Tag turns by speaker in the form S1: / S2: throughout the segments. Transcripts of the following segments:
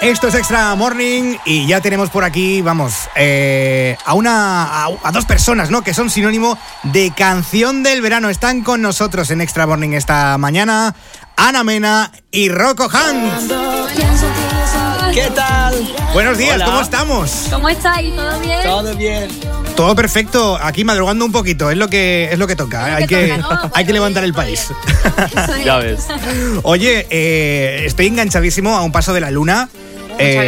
S1: Esto es Extra Morning y ya tenemos por aquí, vamos, eh, a una a, a dos personas, ¿no? Que son sinónimo de canción del verano. Están con nosotros en Extra Morning esta mañana Ana Mena y Rocco Hans.
S2: ¿Qué tal?
S1: Buenos días,
S2: Hola.
S1: ¿cómo estamos?
S3: ¿Cómo estáis? ¿Todo bien?
S2: ¿Todo bien?
S1: Todo perfecto, aquí madrugando un poquito, es lo que es lo que toca. Hay
S3: que
S1: que,
S3: toca, ¿no? Bueno,
S1: hay que levantar el
S3: está bien.
S1: país.
S3: Ya
S2: ves.
S1: Oye, eh, estoy enganchadísimo a un paso de la luna. Eh,
S3: Muchas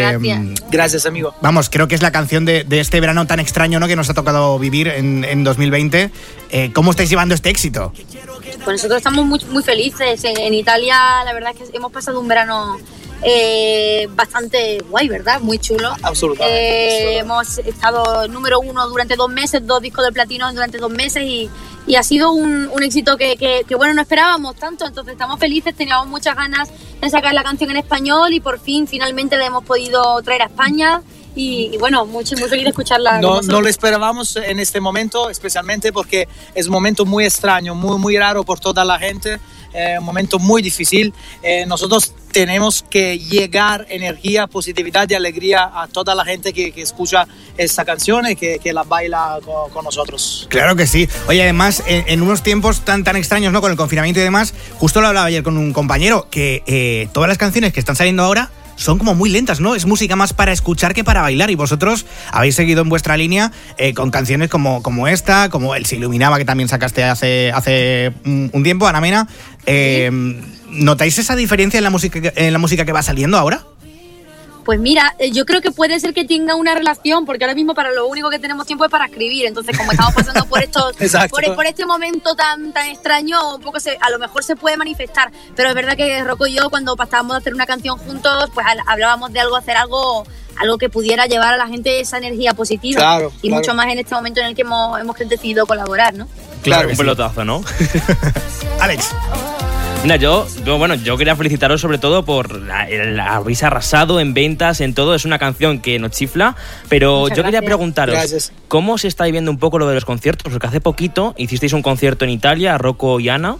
S3: gracias.
S2: Gracias, amigo.
S1: Vamos, creo que es la canción de, de este verano tan extraño ¿no? que nos ha tocado vivir en, en 2020. Eh, ¿Cómo estáis llevando este éxito?
S3: Pues nosotros estamos muy, muy felices. En, en Italia, la verdad es que hemos pasado un verano eh, bastante guay, ¿verdad? Muy chulo.
S2: Absolutamente.
S3: Eh, hemos estado número uno durante dos meses, dos discos de platino durante dos meses y, y ha sido un, un éxito que, que- que, bueno, no esperábamos tanto, entonces estamos felices, teníamos muchas ganas de sacar la canción en español y por fin, finalmente la hemos podido traer a España y, y, bueno, muy, muy feliz de escucharla. con
S2: No,
S3: vosotros.
S2: no lo esperábamos en este momento, especialmente porque es un momento muy extraño, muy, muy raro por toda la gente, eh, un momento muy difícil. Eh, nosotros tenemos que llegar energía, positividad y alegría a toda la gente que, que escucha esta canción y que, que la baila con, con nosotros.
S1: Claro que sí. Oye, además, en, en unos tiempos tan, tan extraños, ¿no? Con el confinamiento y demás, justo lo hablaba ayer con un compañero, que eh, todas las canciones que están saliendo ahora son como muy lentas, ¿no? Es música más para escuchar que para bailar. Y vosotros habéis seguido en vuestra línea eh, con canciones como, como esta, como El Se Iluminaba, que también sacaste hace, hace mm, un, un tiempo, Ana Mena. Eh, ¿Notáis esa diferencia en la, música, que- en la música que va saliendo ahora?
S3: Pues mira, eh, yo creo que puede ser que tenga una relación, porque ahora mismo para lo único que tenemos tiempo es para escribir. Entonces, como estamos pasando por estos,
S2: Exacto.
S3: por, por este momento tan, tan extraño, un poco se- a lo mejor se puede manifestar. Pero es verdad que Rocco y yo, cuando pasábamos de hacer una canción juntos, pues al- hablábamos de algo, hacer algo, algo que pudiera llevar a la gente esa energía positiva.
S2: Claro,
S3: y
S2: claro.
S3: mucho más en este momento en el que hemos, hemos decidido colaborar, ¿no?
S1: Claro que
S4: un
S1: sí.
S4: pelotazo, ¿no?
S1: Alex.
S4: Mira, yo, yo, bueno, yo quería felicitaros sobre todo por la, el- habéis arrasado en ventas, en todo. Es una canción que nos chifla, pero
S3: Muchas
S4: yo quería
S3: gracias.
S4: preguntaros,
S2: Gracias.
S4: ¿cómo se está viviendo un poco lo de los conciertos? Porque hace poquito hicisteis un concierto en Italia, Rocco y Ana.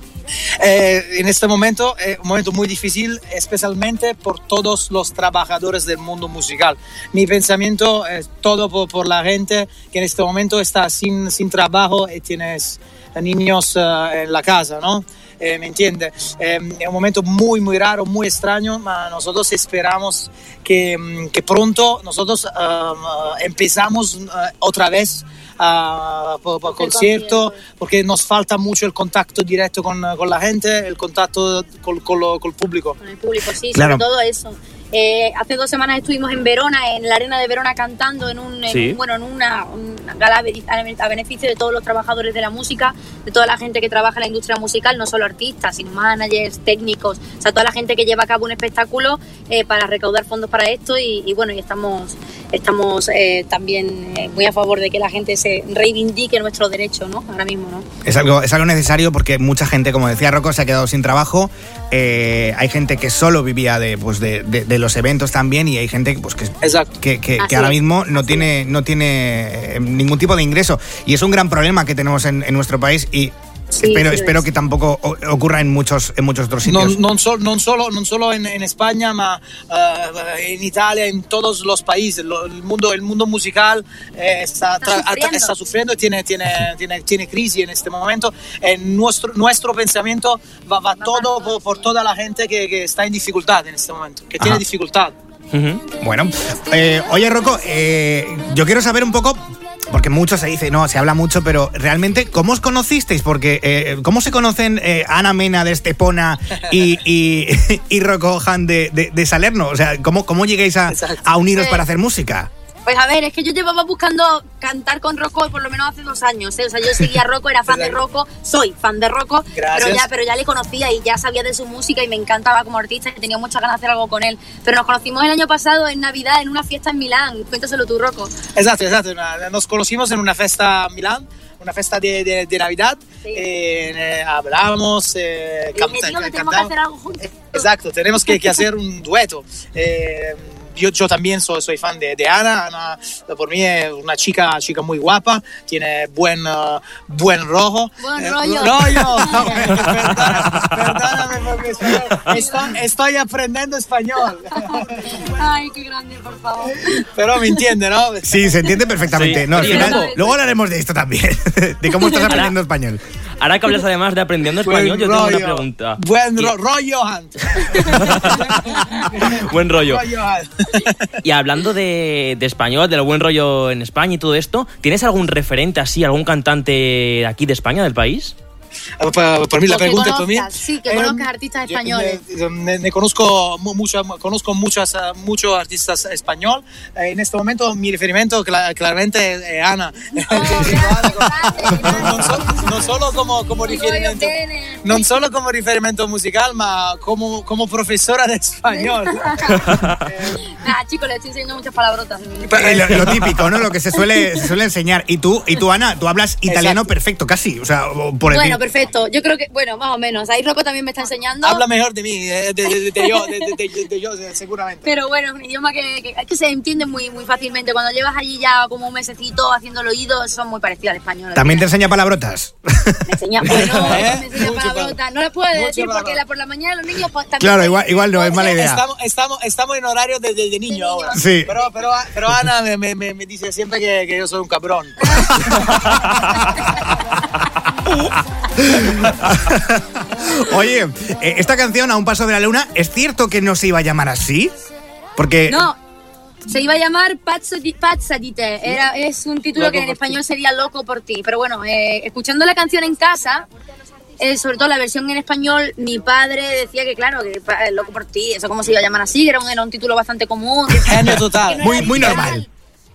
S2: Eh, en este momento es un momento muy difícil, especialmente por todos los trabajadores del mundo musical. Mi pensamiento es todo por, por la gente que en este momento está sin, sin trabajo y tienes niños eh, en la casa, ¿no? Eh, ¿Me entiende? Eh, es un momento muy, muy raro, muy extraño, pero nosotros esperamos que, mm, que pronto nosotros ah, ah, empezamos ah, otra vez ah, por, por
S3: Hacer
S2: concierto,
S3: conciertos.
S2: porque nos falta mucho el contacto directo con, con la gente, el contacto col, con lo- col público.
S3: con el público, sí,
S1: Claro.
S3: sobre todo eso. Eh, hace dos semanas estuvimos en Verona, en la arena de Verona, cantando en un, en
S4: Sí.
S3: un- bueno, en una, una gala be- a beneficio de todos los trabajadores de la música, de toda la gente que trabaja en la industria musical, no solo artistas, sino managers, técnicos, o sea, toda la gente que lleva a cabo un espectáculo eh, para recaudar fondos para esto y, y bueno, y estamos, estamos eh, también eh, muy a favor de que la gente se reivindique nuestro derecho, ¿no? Ahora mismo, ¿no?
S1: Es algo, es algo necesario porque mucha gente, como decía Rocco, se ha quedado sin trabajo. Eh, hay gente que solo vivía de, pues de, de- de los eventos también y hay gente pues, que,
S2: Exacto.
S1: que, que- que
S3: Así
S1: ahora
S3: es,
S1: mismo no
S3: así
S1: tiene, no tiene eh, ningún tipo de ingreso. Y es un gran problema que tenemos en, en nuestro país y
S3: Sí,
S1: espero,
S3: sí lo
S1: espero
S3: es.
S1: que tampoco o- ocurra en muchos, en muchos otros
S2: No,
S1: sitios.
S2: no sol- no solo, no solo en, en España, ma eh, en Italia, en todos los países. Lo- el, mundo, el mundo musical eh, está,
S3: Está
S2: tra-
S3: sufriendo.
S2: está sufriendo, tiene, tiene, tiene, tiene crisis en este momento. En nuestro, nuestro pensamiento va, va todo por, por toda la gente que, que está en dificultad en este momento, que tiene
S1: Ajá.
S2: dificultad.
S4: Ujú.
S1: Bueno, eh, oye Rocco, eh, yo quiero saber un poco, porque mucho se dice, no, se habla mucho, pero realmente, ¿cómo os conocisteis? Porque, eh, ¿cómo se conocen eh, Ana Mena de Estepona y, y, y Rocco Han de, de- de Salerno? O sea, ¿cómo, cómo llegáis a,
S2: Exacto.
S1: a uniros
S3: Sí.
S1: para hacer música?
S3: Pues a ver, es que yo llevaba buscando cantar con Rocco por lo menos hace dos años. ¿eh? O sea, yo seguía a Rocco, era fan de Rocco, soy fan de Rocco, pero
S2: Gracias.
S3: ya, pero ya le conocía y ya sabía de su música y me encantaba como artista y tenía muchas ganas de hacer algo con él. Pero nos conocimos el año pasado en Navidad en una fiesta en Milán. Cuéntaselo tú, Rocco.
S2: Exacto, exacto. Una- Nos conocimos en una fiesta en Milán, una fiesta de, de- de Navidad.
S3: Sí.
S2: Eh, eh, hablábamos, eh,
S3: Y
S2: cam-
S3: me dijo que tenemos que
S2: cantamos.
S3: hacer algo juntos.
S2: Exacto, tenemos que, que hacer un dueto. Eh, yo, yo también soy, soy fan de, de Ana. Ana, por mí es una chica, chica muy guapa, tiene buen, eh, buen rojo.
S3: Buen
S2: Eh,
S3: rollo.
S2: rollo. Perdona- perdóname por mi español. Estoy- estoy aprendiendo español.
S3: Ay, qué grande, por favor.
S2: Pero me entiende, ¿no?
S1: Sí, se entiende perfectamente.
S4: Sí.
S1: No, al
S4: Oye,
S1: final-
S4: Napo.
S1: luego hablaremos de esto también, de cómo estás aprendiendo español.
S4: Ahora que hablas además de aprendiendo español, yo tengo una pregunta.
S2: Buen
S4: Y-
S2: ro- rollo, Hans.
S4: Buen rollo.
S2: Hans.
S4: Y hablando de, de español, del buen rollo en España y todo esto, ¿tienes algún referente así, algún cantante de aquí de España, del país?
S2: Ah, pa- Por mí la
S3: O que
S2: pregunta es por mí. Eh,
S3: conozcas, sí, que conozcas artistas
S2: yo-
S3: españoles.
S2: Me, me- me conozco mu- mucho- conozco muchas, ah, muchos artistas español. Eh, en este momento mi referimiento cla- claramente es eh, Ana. non, so- non solo como, como
S3: Mi rollo
S2: riferimento
S3: bene.
S2: non solo come riferimento musicale ma como, como profesora de español
S3: Ah, chicos, le estoy enseñando muchas palabrotas.
S1: Eh, lo, lo típico, ¿no? Lo que se suele, se suele enseñar. Y tú, y tú, Ana, tú hablas italiano
S2: Exacto.
S1: perfecto, casi. O sea, o- por el
S3: Bueno, perfecto. Yo creo que, bueno, más o menos. Ahí Rocco también me está enseñando.
S2: habla mejor de mí eh, de, de- de yo de, de- de- de yo eh, seguramente
S3: Pero bueno, es un idioma que, que, que se entiende muy, muy fácilmente. Cuando llevas allí ya como un mesecito haciendo el oído, son muy parecidos al español.
S1: También te enseña palabrotas.
S3: Me enseña, pues, bueno,
S2: ¿Eh?
S3: me enseña
S2: Mucho
S3: palabrotas.
S2: pal-
S3: No las puedo
S2: mucho
S3: decir porque
S2: palabrotas.
S3: la, por la mañana los niños pues, también...
S1: Claro, igual, igual no, es mala idea.
S2: Estamos, estamos, estamos en horario de, de- de niño ahora.
S1: Sí.
S2: Pero, pero, pero Ana me, me- me- me dice siempre que, que yo soy un cabrón.
S1: Oye, eh, esta canción, A un paso de la luna, ¿es cierto que no se iba a llamar así? Porque.
S3: No, se iba a llamar Pazzo di, Pazza di te. Era, es un título
S2: Loco
S3: que en
S2: por ti.
S3: español sería Loco por ti. Pero bueno, eh, escuchando la canción en casa, eh, sobre todo la versión en español, mi padre decía que, claro, que pa- eh, Loco por ti, eso como se iba a llamar así, que era un, era un título bastante común. que-
S2: Genio
S3: que no
S2: total.
S3: era
S1: Muy- muy
S3: original,
S1: normal.
S3: que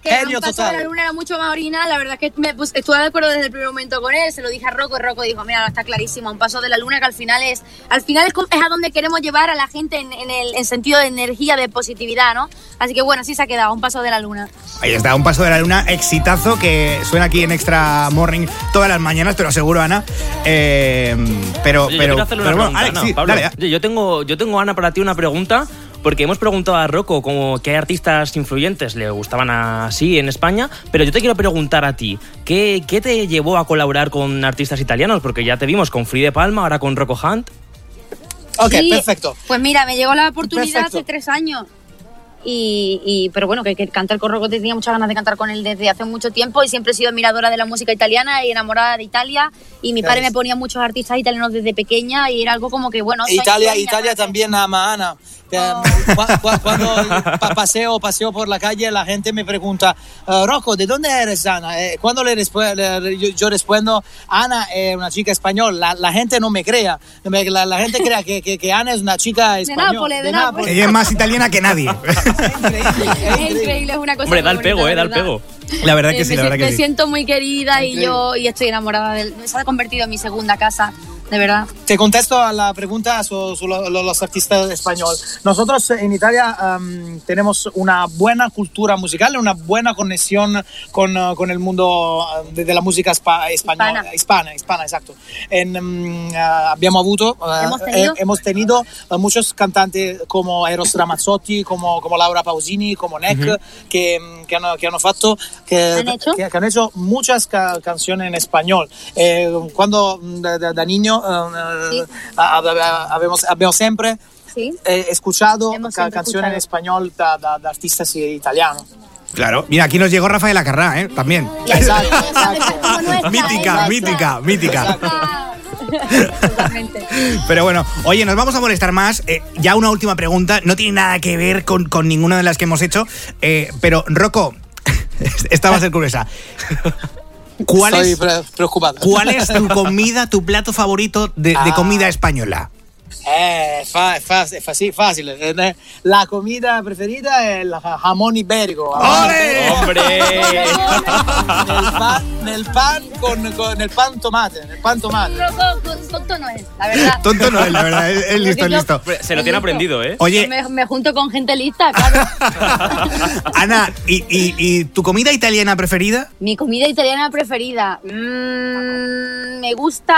S3: era un
S2: Genio
S3: paso
S2: total.
S3: de La luna era mucho más original, la verdad es que me pus- estuve de acuerdo desde el primer momento con él, se lo dije a Rocco y Rocco dijo, mira, está clarísimo, un paso de la luna que al final es, al final es, co- es a donde queremos llevar a la gente en, en el en sentido de energía, de positividad, ¿no? Así que bueno, así se ha quedado, un paso de la luna.
S1: Ahí está, un paso de la luna, exitazo que suena aquí en Extra Morning todas las mañanas, te lo aseguro, Ana. Eh, pero,
S4: Oye, yo
S1: pero,
S4: quiero hacerle una
S1: pero bueno,
S4: pregunta,
S1: Alex,
S4: Ana,
S1: sí,
S4: Pablo.
S1: dale, ¿eh? dale.
S4: Oye, yo tengo, yo tengo Ana para ti una pregunta. Porque hemos preguntado a Rocco como qué artistas influyentes le gustaban así en España, pero yo te quiero preguntar a ti, ¿qué, qué te llevó a colaborar con artistas italianos? Porque ya te vimos con Free de Palma, ahora con Rocco Hunt.
S2: Ok,
S3: Sí,
S2: perfecto.
S3: Pues mira, me llegó la oportunidad
S2: Perfecto.
S3: hace tres años. Y, y- pero bueno, que, que cantar con Rocco tenía muchas ganas de cantar con él desde hace mucho tiempo y siempre he sido admiradora de la música italiana y enamorada de Italia. Y mi
S2: Claro.
S3: padre me ponía muchos artistas italianos desde pequeña y era algo como que bueno. soy
S2: Italia,
S3: sueña,
S2: Italia
S3: ¿no?
S2: también ama a Ana. Eh,
S3: Oh.
S2: cua- cua- Cuando pa- paseo, paseo por la calle, la gente me pregunta, "Eh, Rocco, ¿de dónde eres Ana? Eh, Cuando le respu- le- yo, yo respondo, Ana es una chica española, la, la gente no me crea, Me- la, la gente crea que, que- que Ana es una chica española.
S3: Nápoles, de Nápoles.
S1: Ella es más italiana que nadie.
S2: Increíble,
S3: Es increíble, es una cosa.
S4: Hombre,
S3: muy
S4: da el
S3: bonita,
S4: pego, eh,
S3: de
S4: da el
S3: verdad.
S4: pego.
S1: la verdad que
S3: Eh,
S1: sí,
S3: me,
S1: la
S3: si-
S1: verdad que
S3: me
S1: sí.
S3: siento muy querida y
S2: Increíble.
S3: yo y estoy enamorada de él. Se ha convertido en mi segunda casa, de verdad.
S2: Te contesto a la pregunta sobre los artistas españoles. Nosotros en Italia am, tenemos una buena cultura musical, una buena conexión con, eh, con el mundo eh, de, de la música spa- española,
S3: Hispana.
S2: hispana, hispana, exacto. En, mm, eh, abbiamo avuto, eh,
S3: Hemos tenido.
S2: eh, hemos tenido eh, muchos cantantes como Eros Ramazzotti, como, como Laura Pausini, como Neck, que, mm, que han, que han fatto, que,
S3: ¿Han hecho?
S2: que- que han hecho muchas ca- canciones en español. Eh, cuando mm, da, da- da niño eh,
S3: Sí.
S2: a- a- a- habemos, habemos siempre
S3: Sí.
S2: eh, escuchado
S3: Hemos
S2: ca-
S3: siempre
S2: canciones en español da, da- da artistas italianos.
S1: Claro. Mira, aquí nos llegó Rafael Acarrá, ¿eh? También.
S3: Y ahí
S2: Exacto,
S3: está, esa- esa es como nuestra,
S1: Ah, mítica,
S3: es nuestra.
S1: mítica, mítica.
S2: Exacto.
S3: Ah. Totalmente.
S1: Pero bueno, oye, nos vamos a molestar más. Eh, ya una última pregunta. No tiene nada que ver con, con ninguna de las que hemos hecho. Eh, pero, Rocco, esta va a ser curiosa. ¿Cuál
S2: Estoy
S1: es,
S2: pre- preocupado.
S1: ¿Cuál es tu comida, tu plato favorito de, de
S2: Ah.
S1: comida española?
S2: Eh, fa- fa- fa- sí, fácil. Eh, eh, La comida preferida es el ja- jamón ibérico. Jamón
S1: ¡Ole!
S2: ibérico.
S4: ¡Hombre!
S2: nel, pan, nel pan con, con- nel pan tomate, nel pan tomate.
S3: Loco, con- tonto no es, la verdad.
S1: Tonto no es, la verdad, es, es listo, es
S3: Yo-
S1: listo.
S4: Hombre, Se lo
S3: Listo.
S4: tiene aprendido, ¿eh?
S1: Oye,
S3: Me, me junto con gente lista, claro.
S1: Ana, ¿y, y, y tu comida italiana preferida?
S3: Mi comida italiana preferida. Mm, me gusta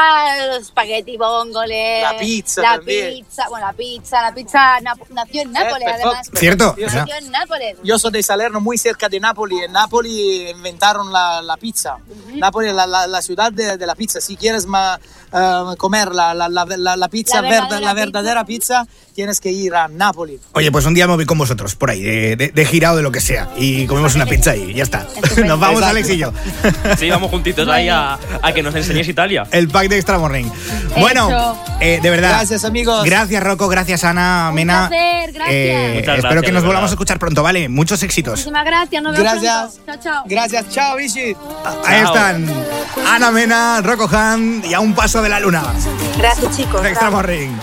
S3: los espagueti bóngole,
S2: La pizza
S3: la
S2: también. Eh,
S3: pizza, bueno, la pizza, la pizza nap- nació en Nápoles,
S2: perfecto.
S3: además.
S1: Cierto.
S2: Yo
S1: o sea,
S3: Nació en Nápoles.
S2: Yo soy de Salerno, muy cerca de Nápoles. En Nápoles inventaron la, la pizza.
S3: Mhm.
S2: Nápoles es la, la- la ciudad de, de la pizza. Si quieres ma- eh, comer la, la- la- la- la pizza,
S3: La
S2: verda-
S3: verdadera
S2: la verdadera pizza, tienes que ir a Nápoles.
S1: Oye, pues un día me voy con vosotros por ahí, de, de- de girado de lo que sea, y comemos una pizza y ya está.
S3: Estupendo.
S1: Nos vamos, Alex y yo.
S4: Sí, vamos juntitos ahí a, a que nos enseñes Italia.
S1: El pack de Extra Morning. Bueno,
S3: Hecho.
S1: eh, de verdad.
S2: Gracias, amigos.
S1: Gracias, Rocco. Gracias, Ana, Mena.
S3: placer, gracias.
S1: Eh,
S4: Muchas
S1: espero
S4: gracias,
S1: que
S4: de
S1: nos
S4: verdad.
S1: volvamos a escuchar pronto, ¿vale? Muchos éxitos.
S3: Muchísimas gracias, nos vemos
S2: Gracias.
S3: pronto. Chao, chao.
S2: Gracias, chao, Vichy.
S1: Ahí
S4: Chao.
S1: están Ana Mena, Rocco Han y a un paso de la luna.
S3: Gracias, chicos.
S1: Extra Morning.